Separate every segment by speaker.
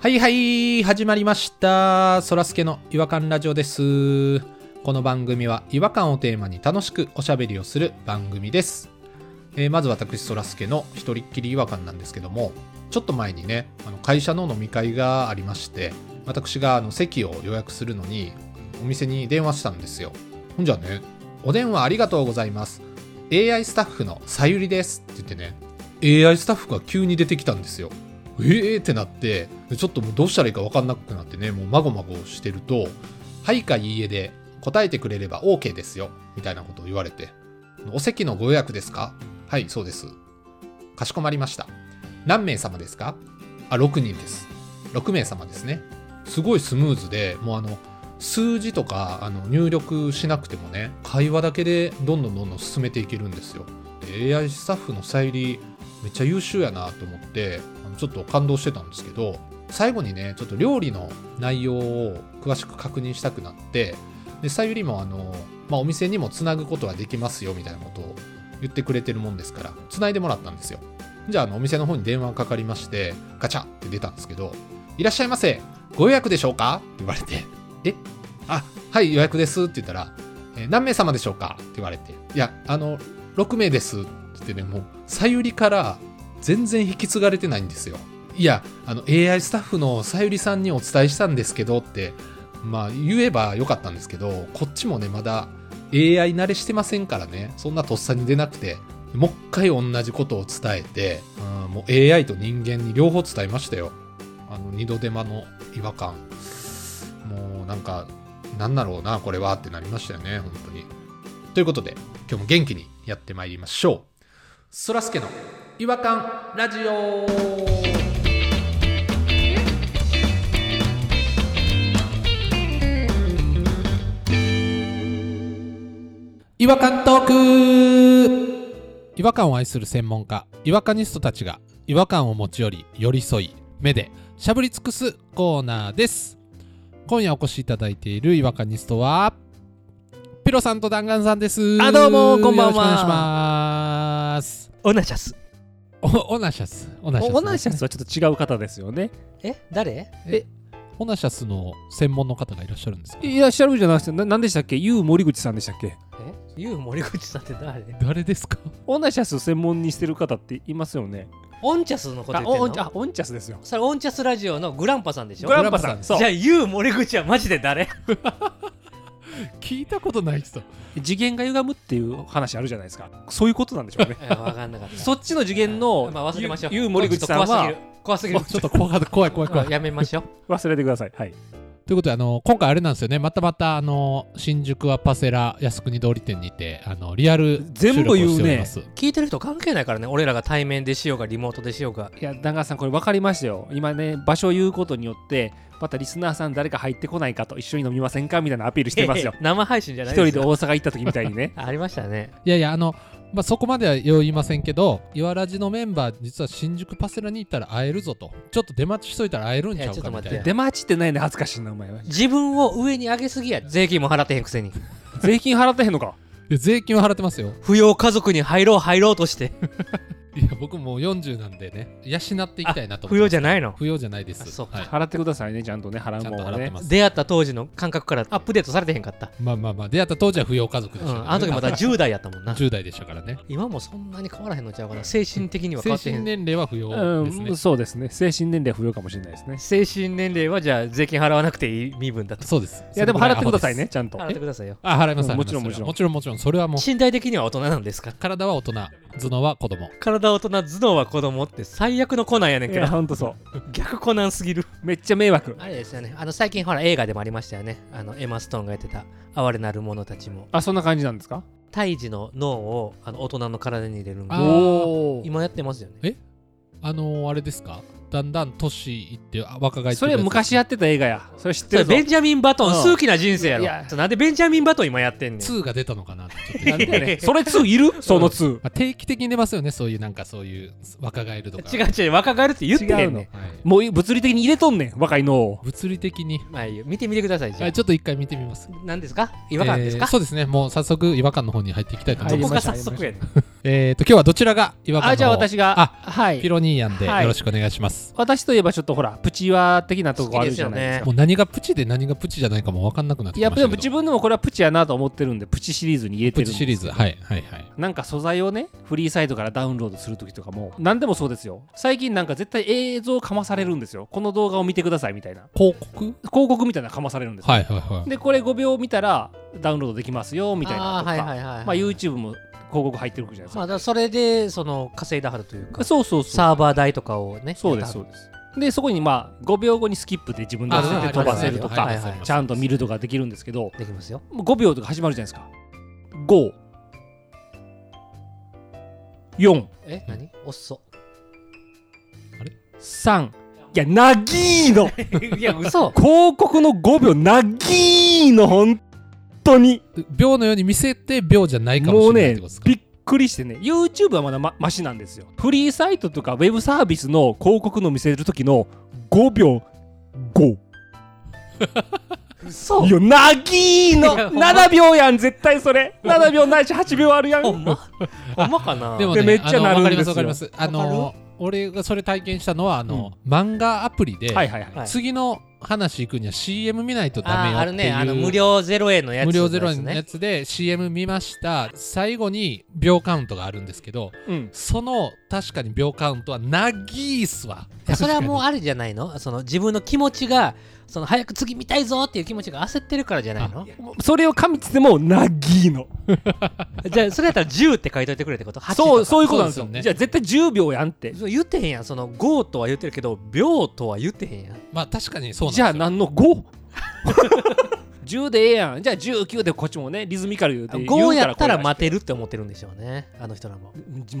Speaker 1: はいはい、始まりました。そらすけの違和感ラジオです。この番組は違和感をテーマに楽しくおしゃべりをする番組です。えーまず私、そらすけの一人っきり違和感なんですけども、ちょっと前にね、あの会社の飲み会がありまして、私があの席を予約するのに、お店に電話したんですよ。ほんじゃね、お電話ありがとうございます。AI スタッフのさゆりですって言ってね、AI スタッフが急に出てきたんですよ。えーってなって、でちょっともうどうしたらいいか分かんなくなってね、もうまごまごしてると、はいかいいえで答えてくれれば OK ですよ、みたいなことを言われて、お席のご予約ですかはい、そうです。かしこまりました。何名様ですかあ、6人です。6名様ですね。すごいスムーズで、もうあの、数字とかあの入力しなくてもね、会話だけでどんどんどんどん進めていけるんですよ。で AI スタッフのさゆり、めっちゃ優秀やなと思ってあのちょっと感動してたんですけど最後にねちょっと料理の内容を詳しく確認したくなってでさゆりもあの、まあ、お店にもつなぐことはできますよみたいなことを言ってくれてるもんですからつないでもらったんですよじゃああのお店の方に電話がかかりましてガチャって出たんですけど「いらっしゃいませご予約でしょうか?」って言われて「えあはい予約です」って言ったら「えー何名様でしょうか?」って言われて「いやあの6名です」って言ってねもうさゆりから全然引き継がれてないんですよいやあの AI スタッフのさゆりさんにお伝えしたんですけどってまあ言えばよかったんですけどこっちもねまだ AI 慣れしてませんからねそんなとっさに出なくてもう一回同じことを伝えて、うん、もう AI と人間に両方伝えましたよあの二度手間の違和感もうなんかなんだろうなこれはってなりましたよね本当にということで今日も元気にやってまいりましょうそらすけの違和感ラジオ違和感トーク違和感を愛する専門家違和感ニストたちが違和感を持ち寄り寄り添い目でしゃぶり尽くすコーナーです今夜お越しいただいている違和感ニストはピロさんと弾丸さんです
Speaker 2: あどうもこんば
Speaker 1: よろし
Speaker 2: んは
Speaker 1: くお願いします
Speaker 2: オナシャス。
Speaker 1: おオナシャスオナシャス、
Speaker 2: おオナシャス
Speaker 3: はちょっと違う方ですよね。
Speaker 2: え誰
Speaker 1: オナシャスの専門の方がいらっしゃるんですか
Speaker 3: いらっしゃるじゃなくて、ななんでしたっけユウ森口さんでしたっけ
Speaker 2: えユウ森口さんって誰
Speaker 1: 誰ですか
Speaker 3: オナシャス専門にしてる方っていますよね。
Speaker 2: オンチャスのこと
Speaker 3: あ、
Speaker 2: 言
Speaker 3: オ
Speaker 2: って
Speaker 3: ン
Speaker 2: ん
Speaker 3: チャ
Speaker 2: の
Speaker 3: あオンチャスですよ。
Speaker 2: それオンチャスラジオのグランパさんでしょ
Speaker 3: グランパさん。
Speaker 1: グラ
Speaker 3: そう
Speaker 2: じゃ。あユウ森口はマジで誰。
Speaker 1: 聞いたことない人
Speaker 3: 次元が歪むっていう話あるじゃないですか。そういうことなんでしょうね
Speaker 2: 分かんなかった
Speaker 3: そっちの次元の
Speaker 2: まあ忘れましょう
Speaker 3: ユウ森口さん
Speaker 2: ちょっ
Speaker 3: は
Speaker 2: と怖すぎる怖す
Speaker 1: ちょっと怖かった怖い怖い
Speaker 2: ぎる
Speaker 1: 怖
Speaker 2: う
Speaker 1: い
Speaker 2: んやめましょう
Speaker 3: 忘れてください。はい。
Speaker 1: ということであの今回あれなんですよねまたまたあの新宿はパセラ靖国通り店にてあのリアル
Speaker 3: 全部言
Speaker 1: 収
Speaker 3: うね
Speaker 1: 録をしております
Speaker 2: 聞いてる人関係ないからね俺らが対面でしようがリモートでしようが。
Speaker 3: いや、ダンガーさん、これ分かりましたよ。今ね、場所を言うことによって、またリスナーさん誰か入ってこないかと一緒に飲みませんかみたいなアピールしてます よ
Speaker 2: 生配信じゃな
Speaker 3: 一
Speaker 2: いですよ。
Speaker 3: 人で大阪行った時みたいにね
Speaker 2: ありましたね
Speaker 1: いやいやあのまあ、そこまではよう言いませんけど、岩ラジのメンバー、実は新宿パセラに行ったら会えるぞと、ちょっと出待ちしといたら会えるんちゃう
Speaker 2: いやちょっ
Speaker 1: か
Speaker 2: と
Speaker 1: みた
Speaker 2: 待っ
Speaker 1: い
Speaker 2: て
Speaker 1: な。
Speaker 3: 出待ちってないね、恥ずかしいな、お前は。
Speaker 2: 自分を上に上げすぎや税金も払ってへんくせに
Speaker 3: 税金払ってへんのか。
Speaker 1: で税金は払ってますよ。
Speaker 2: 扶養家族に入ろう入ろうとして
Speaker 1: いや、僕もう40なんでね、養っていきたいなと思っ
Speaker 2: 扶
Speaker 1: て。
Speaker 2: 養じゃないの
Speaker 1: 不要じゃないです。
Speaker 2: あそうか
Speaker 1: はい
Speaker 3: 払ってくださいね、ちゃんとね、払う
Speaker 1: ちゃん
Speaker 3: も
Speaker 1: と
Speaker 3: ん
Speaker 1: 払っ
Speaker 3: は
Speaker 1: て
Speaker 3: ね。
Speaker 1: ます。
Speaker 2: 出会った当時の感覚からアップデートされてへんかった
Speaker 1: まあまあまあ、出会った当時は扶養家族でし
Speaker 2: う
Speaker 1: たから、
Speaker 2: ん、あの時まだ10代やったもんな
Speaker 1: 10代でしたからね。
Speaker 2: 今もそんなに変わらへんのちゃうかな精神的には
Speaker 1: 精
Speaker 2: 変わってへ
Speaker 1: 神
Speaker 2: ん
Speaker 1: 年齢は扶養ですね。
Speaker 3: うん、そうですね。精神年齢は不要かもしれないですね。
Speaker 2: 精神年齢はじゃあ税金払わなくていい身分だと
Speaker 1: そうです。
Speaker 3: いや、でも払ってくださいね、ちゃんと。
Speaker 2: 払ってくださいよ
Speaker 1: あ、払います、払います
Speaker 3: もちろんもちろん
Speaker 1: もちろん、もちろん。それはもう、
Speaker 2: 身体的には大人なんですか
Speaker 1: 体は大人、頭脳は子供。
Speaker 2: 体は大人頭脳は子供って最悪のコナンやねん
Speaker 3: い
Speaker 2: け
Speaker 3: や、
Speaker 2: ど
Speaker 3: ほんとそ
Speaker 2: 逆コナンすぎる
Speaker 3: う。めっちゃ迷惑。
Speaker 2: あれですよねあの最近ほら映画でもありましたよねあのエマ・ストーンがやってた「哀れなる者たちも
Speaker 3: あ、そんな感じなんですか」
Speaker 2: 胎児の脳をあの大人の体に入れるんで
Speaker 1: あー
Speaker 3: おー。
Speaker 2: 今やってますよね
Speaker 1: あのー、あれですかだんだん年いってあ若返って
Speaker 3: それ昔やってた映画や。それ知ってる
Speaker 2: そ
Speaker 3: ぞ
Speaker 2: れ。ベンジャミン・バトン、
Speaker 3: うん
Speaker 2: 数奇な人生やろ
Speaker 3: いや
Speaker 2: それなんでベンジャミン・バトン今やってんねん
Speaker 1: 2が出たのかなってちょっと
Speaker 3: なんでやねん それ2いるその2。
Speaker 1: まあ定期的に出ますよね、そういうなんかそういう若返るとか。
Speaker 2: 違う違う若返るって言ってへ
Speaker 3: 違うん
Speaker 2: ねん
Speaker 3: の。
Speaker 1: はい
Speaker 3: もう物理的に入れとんねん、若い脳を。
Speaker 1: 物理的に。
Speaker 2: まあいいよ見てみてくださいじゃ
Speaker 1: は
Speaker 2: あ
Speaker 1: いちょっと一回見てみます。
Speaker 2: 何ですか違和感です
Speaker 1: え
Speaker 2: か
Speaker 1: ー、、そうですね、もう早速違和感の方に入っていきたいと思い
Speaker 3: 入
Speaker 1: ま
Speaker 3: り
Speaker 1: す
Speaker 2: どこ
Speaker 3: ま
Speaker 2: が
Speaker 3: し
Speaker 2: 早
Speaker 3: た
Speaker 2: 速やねん
Speaker 1: えっ、と、今日はどちらが違和感の方
Speaker 3: あじゃあ私が
Speaker 1: あ
Speaker 3: は
Speaker 1: ピ
Speaker 3: い
Speaker 1: ロニーヤンでよ
Speaker 3: はい
Speaker 1: ろしくお願いします。
Speaker 3: 私といえばちょっとほらプチワ的なとこあるじゃないです
Speaker 2: 好きですよね
Speaker 3: か
Speaker 1: もう何がプチで何がプチじゃないかも分かんなくなって
Speaker 3: い
Speaker 1: きま
Speaker 3: や
Speaker 1: し
Speaker 3: で
Speaker 1: た
Speaker 3: も
Speaker 1: け
Speaker 3: 自
Speaker 1: ど。
Speaker 3: 分でもこれはプチやなと思ってるんでプチシリーズに入れ
Speaker 1: プ
Speaker 3: てるん
Speaker 1: チ
Speaker 3: です
Speaker 1: シリーズ。はいはいはい。
Speaker 3: なんか素材をねフリーサイトからダウンロードする時とかも何でもそうですよ最近なんか絶対映像かまされるんですよこの動画を見てくださいみたいな
Speaker 1: 広告
Speaker 3: 広告みたいなのかまされるんですよ、
Speaker 1: はいはいはい。
Speaker 3: でこれ5秒見たらダウンロードできますよみたいな
Speaker 2: あ
Speaker 3: と
Speaker 2: ー
Speaker 3: か
Speaker 2: はいはいはいはい
Speaker 3: まあ、YouTube も広告入ってるわけじゃないですか、
Speaker 2: まあだからそれでその稼いだはるというか
Speaker 3: そうそうそう
Speaker 2: サーバー代とかをね
Speaker 3: そうですそうですでそこにまあ5秒後にスキップで自分で
Speaker 2: あ
Speaker 3: 押せて飛ばせると
Speaker 2: はい
Speaker 3: か
Speaker 2: はいはい
Speaker 3: ちゃんと見るとかできるんですけど
Speaker 2: できますよ
Speaker 3: もう5秒とか始まるじゃないですか5 4
Speaker 2: え何遅
Speaker 3: 3いやなぎーの
Speaker 2: っ いや嘘
Speaker 3: 広告の5秒なぎーの本当に
Speaker 1: 秒のように見せて秒じゃないかも
Speaker 3: も
Speaker 1: し
Speaker 3: う
Speaker 1: れないっ
Speaker 3: ね
Speaker 1: てことですか。
Speaker 3: びっくりしてね YouTube はまだまマシなんですよフリーサイトとかウェブサービスの広告の見せる時の5秒5
Speaker 2: 嘘
Speaker 3: いや、なぎーの
Speaker 2: いやほんま
Speaker 3: 7秒やん、絶対それ。7秒ないし、8秒あるやん。
Speaker 2: ほんまほんまかな
Speaker 1: でも
Speaker 3: で
Speaker 1: ね、
Speaker 3: めっちゃなるん
Speaker 1: あのわか
Speaker 3: ですよ
Speaker 1: りますわかります。あ
Speaker 2: わ
Speaker 1: の、俺がそれ体験したのは、あの、漫画アプリで、
Speaker 3: はいはいはい。
Speaker 2: はい
Speaker 1: 次の話行くには CM 見ないとダメ
Speaker 2: あ
Speaker 1: よ
Speaker 2: ー
Speaker 1: っ
Speaker 2: あ
Speaker 1: てい
Speaker 2: る
Speaker 1: う。
Speaker 2: ねあの無料ゼロ円のやつ
Speaker 1: 無料ゼロ円
Speaker 2: です
Speaker 1: の
Speaker 2: ね
Speaker 1: やつで CM 見ました最後に秒カウントがあるんですけど
Speaker 3: うん。
Speaker 1: その確かに秒カウントはなぎーすわ
Speaker 2: いやそれはもうあるじゃないのその自分の気持ちがその早く次見たいぞっていう気持ちが焦ってるからじゃないの
Speaker 3: それを加味しても、なぎーの。
Speaker 2: じゃあそれやったら10って書いといてくれってこと8とか
Speaker 3: そう、そういうことなんですよ。
Speaker 1: そうですよね
Speaker 3: じゃあ、絶対10秒やんって。
Speaker 2: そう言ってへんやんその5とは言ってるけど秒とは言ってへんやん
Speaker 1: まあ確かにそうなんです
Speaker 3: じ
Speaker 1: よ
Speaker 3: ゃあ、何の 5? 10でええやん。じゃあ、19でこっちもね、リズミカルで言うから。
Speaker 2: 5やったら待
Speaker 3: ま
Speaker 2: てるって思ってるんでしょうねあの人らも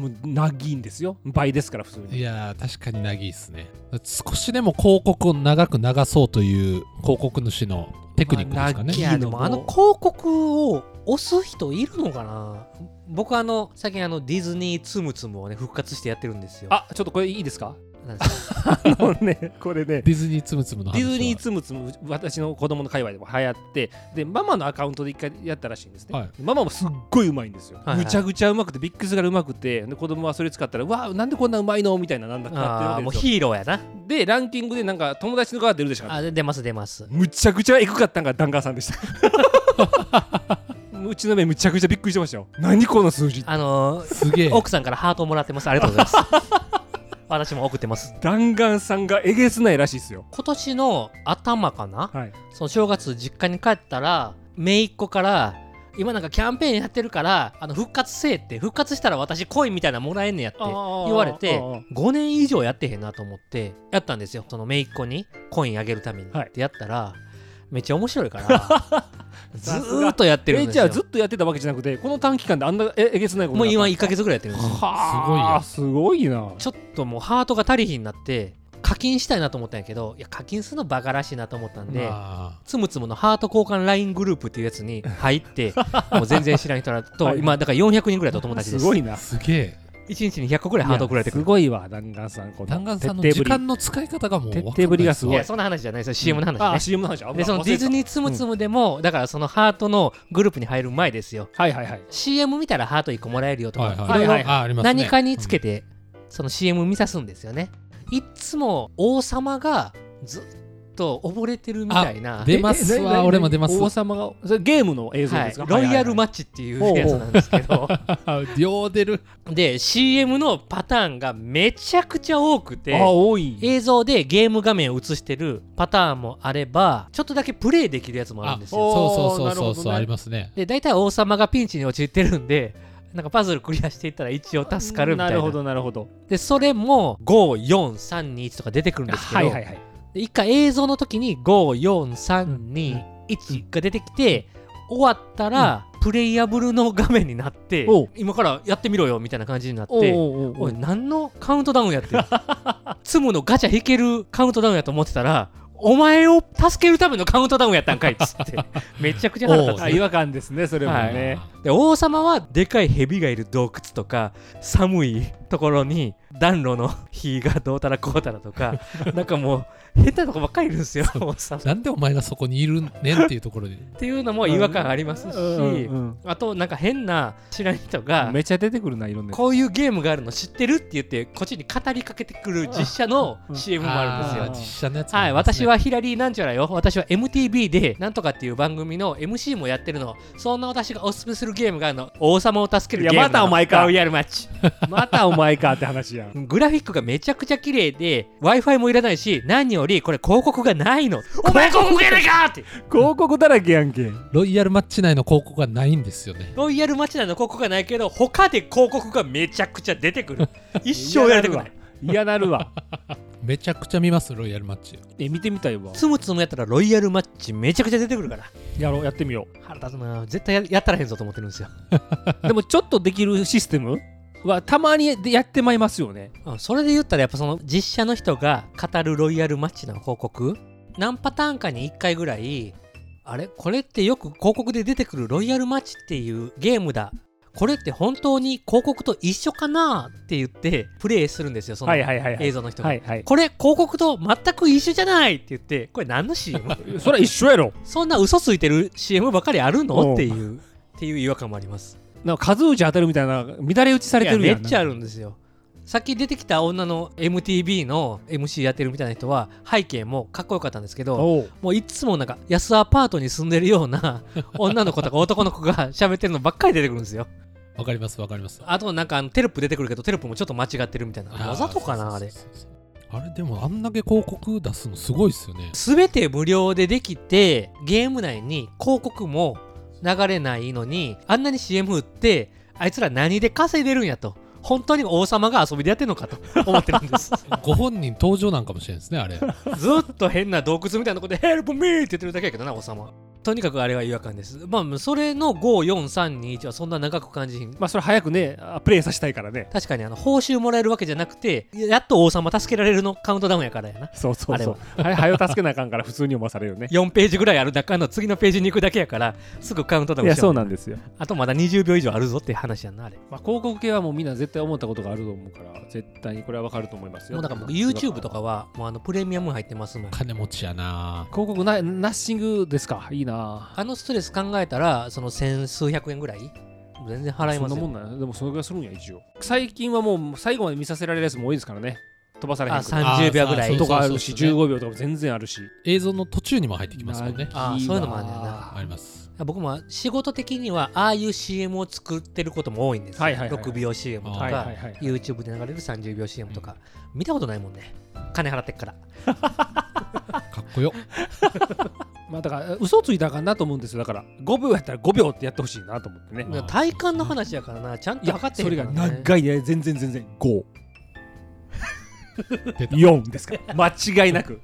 Speaker 3: もう、なぎーんですよ。倍ですから、普通
Speaker 1: い
Speaker 3: に。
Speaker 1: やー確かになぎーっすね少しでも広告を長く流そうという広告主のテクニックですかね
Speaker 3: い
Speaker 2: い
Speaker 3: や
Speaker 2: やでもあの広告を押す人いるのかな僕あの最近あのディズニーツムツムをね復活してやってるんですよ
Speaker 3: あ、ちょっとこれいいですか
Speaker 2: なんですか
Speaker 3: あのね、これ
Speaker 1: デ
Speaker 3: ね。
Speaker 1: ィズニーつむつむの
Speaker 3: デ
Speaker 1: 話は
Speaker 3: ィズニーつむつむ私の子供の界隈でも流行ってでママのアカウントで一回やったらしいんですね、
Speaker 1: はい
Speaker 3: ママもすっごいうまいんですよ、
Speaker 2: はいはい
Speaker 3: ぐちゃぐちゃうまくてビックスがうまくてで子供はそれ使ったらわあなんでこんなうまいのみたいななんだか
Speaker 2: あ
Speaker 3: っ
Speaker 2: ー
Speaker 3: て
Speaker 2: もう
Speaker 3: るですよ
Speaker 2: ヒーローやな
Speaker 3: でランキングでなんか友達の側出るでしょ
Speaker 2: あで出ます出ます
Speaker 3: むちゃくちゃエグかったんがダンガーさんでしたうちの目むちゃくちゃびっくりしてましたよ何この数字
Speaker 2: あのー
Speaker 1: すげえ
Speaker 2: 奥さんからハートもらってますありがとうござい ます私も送ってます
Speaker 3: 弾丸さんがえげつないらしいですよ
Speaker 2: 今年の頭かな
Speaker 3: はい
Speaker 2: その正月実家に帰ったら姪っ子から今なんかキャンペーンやってるからあの復活せえって復活したら私コインみたいなのもらえんねやって
Speaker 3: あー
Speaker 2: 言われて
Speaker 3: あー
Speaker 2: 5年以上やってへんなと思ってやったんですよその姪っ子にコインあげるために
Speaker 3: はい
Speaker 2: ってやったら、めっちゃ面白いから ず
Speaker 3: さすが
Speaker 2: ーっとやってるん
Speaker 3: え
Speaker 2: です
Speaker 3: じ
Speaker 2: よ
Speaker 3: ゃあずっとやってたわけじゃなくてこの短期間であんなええげつないこと
Speaker 2: もう今
Speaker 3: い
Speaker 2: 1ヶ月ぐらいやってるんですよ
Speaker 3: はあすごいな
Speaker 2: ちょっともうハートが足りひんなって課金したいなと思ったんやけどいや課金するのバカらしいなと思ったんで、
Speaker 1: あ
Speaker 2: つむつむのハート交換 LINE グループっていうやつに入ってもう全然知らん人らと、
Speaker 3: はい
Speaker 2: 今だから400人ぐらいとお友達です
Speaker 3: すごい
Speaker 1: ー
Speaker 3: な
Speaker 1: すげえ
Speaker 2: 1日に100個ぐらいハート送られてく
Speaker 3: いや
Speaker 2: る
Speaker 3: すごいわ弾丸さんこの
Speaker 1: 弾丸さんの
Speaker 3: 徹
Speaker 1: 時
Speaker 3: 底ぶり
Speaker 1: 間の使い方がもう分かんない
Speaker 3: 徹底ぶりがす
Speaker 2: い
Speaker 3: ご
Speaker 2: やそんな話じゃないですよ CM の
Speaker 3: あ
Speaker 2: 話ね、
Speaker 3: CM の話あ
Speaker 2: でそのディズ
Speaker 3: ー
Speaker 2: ニーつむつむでも、だからそのハートのグループに入る前ですよ
Speaker 3: はいはいはい
Speaker 2: CM 見たらハート1個もらえるよとか、
Speaker 1: はい
Speaker 3: い
Speaker 1: はい
Speaker 3: ろいろ
Speaker 1: あありますね
Speaker 2: 何かにつけてその CM 見さすんですよねいっつも王様がずっと溺れてるみたいな
Speaker 1: あ出ますわ
Speaker 3: ええ何何
Speaker 1: 俺も出ます
Speaker 3: 王様がそれゲームの映像
Speaker 2: は
Speaker 3: で
Speaker 2: い
Speaker 3: すか、
Speaker 2: ロイヤルマ
Speaker 3: ッ
Speaker 2: ッチっていうやつなんですけど
Speaker 1: うん秒出る
Speaker 2: で CM のパターンがめちゃくちゃ多く
Speaker 3: チ
Speaker 2: て
Speaker 3: あ多い
Speaker 2: 映像でゲーム画面を映してるパターンもあればちょっとだけプレイできるやつもあるんです
Speaker 1: そ
Speaker 2: よ
Speaker 1: う
Speaker 3: おー
Speaker 1: そうそう
Speaker 3: なる
Speaker 1: そ
Speaker 3: ほ
Speaker 1: う
Speaker 3: ど
Speaker 1: そう、
Speaker 3: ね
Speaker 1: ありますね
Speaker 2: で大体王様がピンチに陥ってるんでなんかパズルクリアしていったら一応助かるみたい
Speaker 3: る
Speaker 2: な
Speaker 3: ほどなるほど
Speaker 2: でそれも54321とか出てくるんですけど、
Speaker 3: はいはいはい
Speaker 2: で一回映像の時に54321が出てきて、終わったら、プレイヤブルの画面になって
Speaker 3: おう
Speaker 2: 今からやってみろよみたいな感じになって
Speaker 3: おうおうお
Speaker 2: お
Speaker 3: う
Speaker 2: い何のカウントダウンやってるツムのガチャ引けるカウントダウンやと思ってたらお前を助けるためのカウントダウンやったんかいっつってめちゃくちゃ腹立
Speaker 1: お
Speaker 3: あ
Speaker 2: つ
Speaker 3: 違和感ですねそれもね
Speaker 1: あ
Speaker 2: で王様はでかい蛇がいる洞窟とか寒いところに暖炉の火がどうたらこうたらとかなんかもう変なとこばっかりいるんですよもうさっ
Speaker 1: なんでお前がそこにいるねんっていうところで
Speaker 2: ていうのも違和感ありますし、
Speaker 3: うん
Speaker 2: あとなんか変な知らん人
Speaker 3: う
Speaker 2: が
Speaker 3: んめっちゃ出てくるないろんなやつ
Speaker 2: こういうゲームがあるの知ってるって言ってこっちに語りかけてくる実写の
Speaker 3: うん
Speaker 2: CM もあるんですよ
Speaker 1: あー実写のやつもあ
Speaker 2: は
Speaker 1: り
Speaker 2: い、
Speaker 1: ます
Speaker 2: 私
Speaker 1: ね、
Speaker 2: はヒラリーなんちゃらよ。私は MTV でなんとかっていう番組の MC もやってるの。そんな私がおすすめするゲームがあるの。王様を助けるゲームなの。
Speaker 3: いやまたお前か
Speaker 2: ロイヤルマッチ。
Speaker 3: またお前かって話やん
Speaker 2: グラフィックがめちゃくちゃ綺麗で、Wi-Fi もいらないし、何よりこれ広告がないの。お前広告やないかって。
Speaker 3: 広告だらけやんけ
Speaker 1: ロイヤルマッチ内の広告がないんですよね
Speaker 2: ロイヤルマッチなの広告がないけど、他で広告がめちゃくちゃ出てくる。一生やれてくない。
Speaker 3: 嫌なるわ
Speaker 1: めちゃくちゃ見ますロイヤルマッチ
Speaker 3: え見てみたいわ
Speaker 2: つむつむやったらロイヤルマッチめちゃくちゃ出てくるから。
Speaker 3: やろうやってみよ
Speaker 2: 腹立つな。絶対ややったらへんぞと思ってるんですよ。
Speaker 3: う でもちょっとできるシステムはたまにやってまいりますよね
Speaker 2: うんそれで言ったらやっぱその実写の人が語るロイヤルマッチの広告何パターンかに1回ぐらいあれこれってよく広告で出てくるロイヤルマッチっていうゲームだこれって本当に広告と一緒かなって言ってプレイするんですよその
Speaker 3: はいはいはいは
Speaker 2: 映
Speaker 3: い
Speaker 2: 像の人が、
Speaker 3: はいはい
Speaker 2: これ広告と全く一緒じゃないって言ってこれ何の CM?
Speaker 3: それ一緒やろ
Speaker 2: そんな嘘ついてる CM ばかりある
Speaker 3: お
Speaker 2: の
Speaker 3: う
Speaker 2: っていうっていう違和感もあります
Speaker 3: なんか数打ち当たるみたいな乱れ打ちされてるやん
Speaker 2: いめっちゃあるんですよさっき出てきた女の MTV の MC やってるみたいな人は背景もかっこよかったんですけど
Speaker 3: おう
Speaker 2: もういつもなんか安アパートに住んでるような女の子とか男の子が喋ってるのばっかり出てくるんですよ
Speaker 1: わかりますわかります
Speaker 2: あとなんかあのテロップ出てくるけどテロップもちょっと間違ってるみたいなわざとかなあれ
Speaker 1: そうそうそうそうあれでもあんだけ広告出すのすごいですよ ね
Speaker 2: 全て無料でできてゲーム内に広告も流れないのにあんなに CM 売ってあいつら何で稼いでるんやと本当に王様が遊びでやってんのかと思ってるんです
Speaker 1: ご本人登場なんかもしれないですねあれ
Speaker 2: ずっと変な洞窟みたいなとこで「Help me!」って言ってるだけやけどな王様とにかくあれは違和感ですまあそれの54321はそんな長く感じひん
Speaker 3: まあそれ早くねあプレイさせたいからね
Speaker 2: 確かにあの報酬もらえるわけじゃなくてやっと王様助けられるのカウントダウンやからやな
Speaker 3: そうそう
Speaker 2: あれ
Speaker 3: そう
Speaker 2: は
Speaker 3: ははよ助けなあかんから普通に思わされ るよね
Speaker 2: 4ページぐらいある中の次のページに行くだけやからすぐカウントダウンしよう
Speaker 3: なんですよ、
Speaker 2: あとまだ20秒以上あるぞっていう話やんなあれ
Speaker 3: まあ、広告系はもうみんな絶対思ったことがあると思うから絶対にこれはわかると思いますよ
Speaker 2: もうなんか僕 YouTube とかはもうあのプレミアム入ってますもん
Speaker 1: 金持ちやな
Speaker 3: 広告なナッシングですかいいな
Speaker 2: あのストレス考えたらその千数百円ぐらい全然払います
Speaker 3: そんなも
Speaker 2: よ
Speaker 3: んなんやでもそのぐらいするんや一応最近はもう最後まで見させられるやつも多いですからね飛ばされへん
Speaker 2: あ
Speaker 3: くらい
Speaker 1: あ
Speaker 2: 30秒ぐら
Speaker 1: そう
Speaker 2: い
Speaker 1: そ
Speaker 3: と
Speaker 1: う
Speaker 3: かある
Speaker 1: そ
Speaker 3: し
Speaker 1: うですね
Speaker 3: 15秒とかも全然あるし
Speaker 1: 映像の途中にも入ってきますもんね
Speaker 2: あーそういうのもあるんだよな
Speaker 1: あります
Speaker 2: 僕も仕事的にはああいう CM を作ってることも多いんですよ、
Speaker 3: はいはいはい
Speaker 2: 6秒 CM とか、
Speaker 3: はいはいはい
Speaker 2: YouTube で流れる30秒 CM とか、見たことないもんね金払ってっから
Speaker 1: かっこ よ
Speaker 3: まあだから嘘ついたらあかんなと思うんですよだから5秒やったら5秒ってやってほしいなと思ってね
Speaker 1: まあ
Speaker 2: 体感の話やからなちゃん
Speaker 3: い
Speaker 2: と
Speaker 3: や
Speaker 2: 測ってへ
Speaker 3: そ
Speaker 2: ん
Speaker 3: れ
Speaker 2: か
Speaker 3: が
Speaker 2: ら、ね、
Speaker 3: 長いね全然全然5
Speaker 1: 出た
Speaker 3: 4ですから間違い なく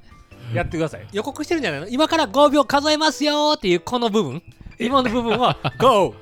Speaker 3: やってください
Speaker 2: 予告してるんじゃないの今から5秒数えますよーっていうこの部分今の部分は GO!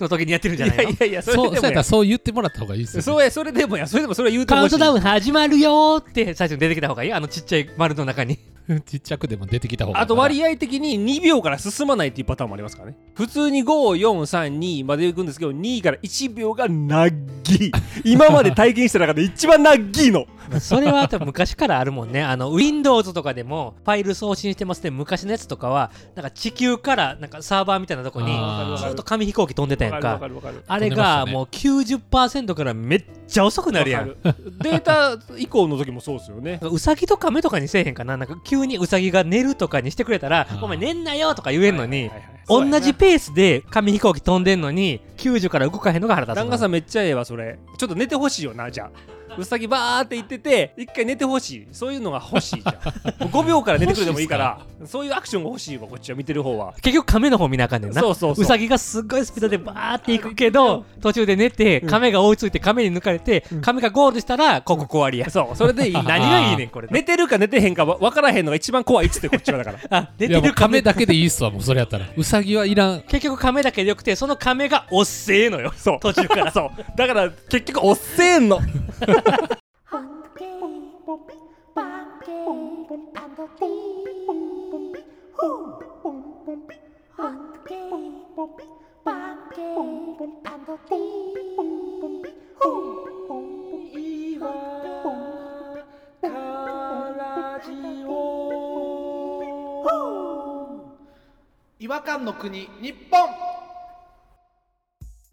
Speaker 2: の時にやってるん
Speaker 3: い
Speaker 2: じゃないの
Speaker 3: やいやいや
Speaker 1: そ
Speaker 3: そ
Speaker 1: うそうや
Speaker 3: れで
Speaker 1: っ
Speaker 3: も
Speaker 1: たら
Speaker 3: や
Speaker 1: そう言ってもらった方がいいですよ、ね、
Speaker 3: そうやそれでもやそれでもそれは言うて
Speaker 2: カウ
Speaker 3: ほ
Speaker 2: ン
Speaker 3: し
Speaker 2: ト
Speaker 3: い
Speaker 2: ダウン始まるよーって最初に出てきた方がいいあのちっちゃい丸の中に
Speaker 1: ちっちゃくでも出てきた方が
Speaker 3: あと割合的に2秒から進まないっていうパターンもありますからね普通に543まで行くんですけど2から1秒がなっぎ今まで体験した中で一番なっ ぎの
Speaker 2: それは多分昔からあるもんねあの Windows とかでもファイル送信してますね昔のやつとかはなんか地球からなんかサーバーみたいなとこに
Speaker 1: あー
Speaker 2: ずっと紙飛行機飛んでたやんか
Speaker 3: るわかる
Speaker 2: あれがもう90%からめっちゃ遅くなるやん
Speaker 3: データ以降の時もそうですよね
Speaker 2: うさぎとかめとかにせえへんかななんか急にうさぎが寝るとかにしてくれたら
Speaker 1: あー
Speaker 2: 「お前寝んなよ」とか言えんのに
Speaker 3: はいはいはいそうやな
Speaker 2: 同じペースで紙飛行機飛んでんのに90から動かへんのが腹立つ
Speaker 3: 旦
Speaker 2: な
Speaker 3: 那さんめっちゃええわそれちょっと寝てほしいよなじゃあうさぎバーって言ってて一回寝てほしいそういうのが欲し いじゃん5秒から寝てくれてもいいからそういうアクションが欲しいわこっちは見てる方は
Speaker 2: 結局亀の方見なあかんねんな
Speaker 3: そうそうそう
Speaker 2: さぎがすっごいスピードでバーっていくけど途中で寝て亀が追いついて亀に抜かれて亀がゴールしたらここ終わりや
Speaker 3: そうそれ でいい
Speaker 2: 何がいいねんこれ
Speaker 3: 寝てるか寝てへんかわ分からへんのが一番怖いっつってこっちはだから
Speaker 2: あ寝
Speaker 1: いや
Speaker 2: て
Speaker 1: もう
Speaker 2: る
Speaker 1: 亀
Speaker 2: 亀
Speaker 1: だけでいいっすわもうそれやったらうさぎはいらん
Speaker 2: 結局亀だけでよくてその亀がおっせえのよ
Speaker 3: そう途中からそうだから結局おっせえんの
Speaker 4: Hunky, 和感の国日本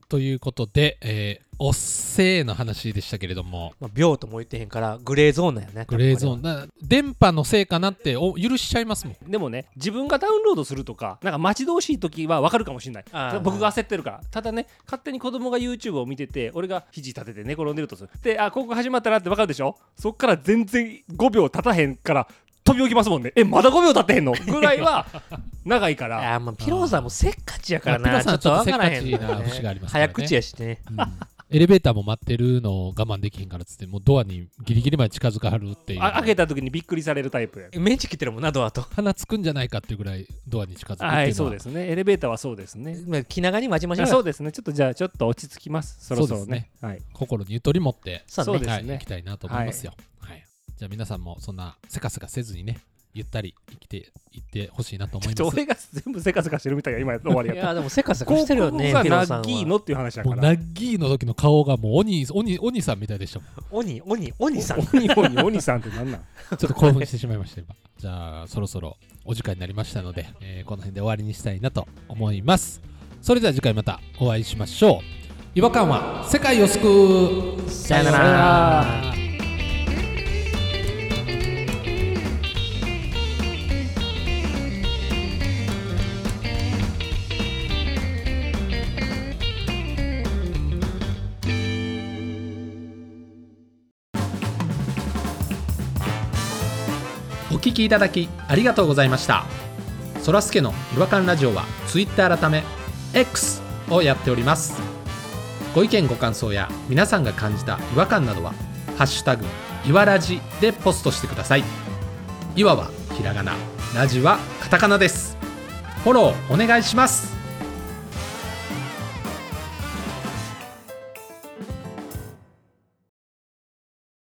Speaker 1: ということで、えーおっせーの話でしたけれども、
Speaker 2: まあ、秒とも言ってへんからグレーゾーンなんやね
Speaker 1: グレーゾーン、
Speaker 2: 多分こ
Speaker 1: な電波のせいかなってお許しちゃいますもん。
Speaker 3: でもね自分がダウンロードするとかなんか待ち遠しい時は分かるかもしれない
Speaker 2: あー
Speaker 3: 僕が焦ってるからただね勝手に子供が YouTube を見てて俺が肘立てて寝転んでるとするであ広告始まったなって分かるでしょそっから全然5秒経たへんから飛び起きますもんねえまだ5秒経ってへんのぐらいは長いか
Speaker 2: れは
Speaker 3: ら
Speaker 2: あーまあピローさんもせっかちやから
Speaker 1: まあピロ
Speaker 2: な
Speaker 1: ー
Speaker 2: ち
Speaker 1: さん
Speaker 2: ょ
Speaker 1: は
Speaker 2: っと分からへんのよ
Speaker 1: ちょっとせっかちな節がありますからね
Speaker 2: 早口やしね
Speaker 1: うんエレベーターも待ってるのを我慢できへんからっつって、もうドアにギリギリまで近づかはるっていう。
Speaker 3: あ開けた時にびっくりされるタイプや
Speaker 2: メンチ切ってるもんなドアと
Speaker 1: 鼻つくんじゃないかっていうぐらいドアに近づくっていうのは。
Speaker 3: はいそうですねエレベーターはそうですね
Speaker 2: まあ気長に待ちましょ
Speaker 3: あ
Speaker 2: う
Speaker 3: そう
Speaker 2: よ
Speaker 3: ですねちょっとじゃあちょっと落ち着きますそろそろ
Speaker 1: そうで
Speaker 3: ねはい
Speaker 1: 心にゆとり持って、
Speaker 2: そう
Speaker 3: そう
Speaker 2: ね
Speaker 3: です
Speaker 1: はい、
Speaker 3: ね
Speaker 1: 行きたいなと思いますよ。はい。じゃあ皆さんもそんなせかせかせずにね、ゆったり生きていってほしいなと思
Speaker 3: ち
Speaker 1: い
Speaker 3: ょ
Speaker 1: ます
Speaker 3: っと。俺が全部せかせかしてるみたいな今終わり
Speaker 2: い
Speaker 3: やっ
Speaker 2: やでもせかせ
Speaker 3: た
Speaker 2: かしてるよね
Speaker 3: 広
Speaker 2: ピ
Speaker 3: 告
Speaker 2: ロ
Speaker 3: が
Speaker 2: ーさん
Speaker 3: ナッキー
Speaker 2: は
Speaker 3: のっていう話だ
Speaker 1: も
Speaker 3: か
Speaker 1: う
Speaker 3: ら
Speaker 1: ナッギーの時の顔がもう鬼鬼鬼さんみたいでしたもん。
Speaker 2: 鬼鬼鬼さん
Speaker 3: 鬼鬼鬼さんってなんなん
Speaker 1: ちょっと興奮してしまいました今。じゃあそろそろお時間になりましたので、えーこの辺で終わりにしたいなと思います。それでは次回またお会いしましょう。違和感は世界を救う
Speaker 2: さよなら
Speaker 1: お聞きいただきありがとうございましたそらすけの違和感ラジオは Twitter 改め X をやっておりますご意見ご感想や皆さんが感じた違和感などは「ハッシュタグいわらじ」でポストしてくださいいわはひらがなラジはカタカナですフォローお願いします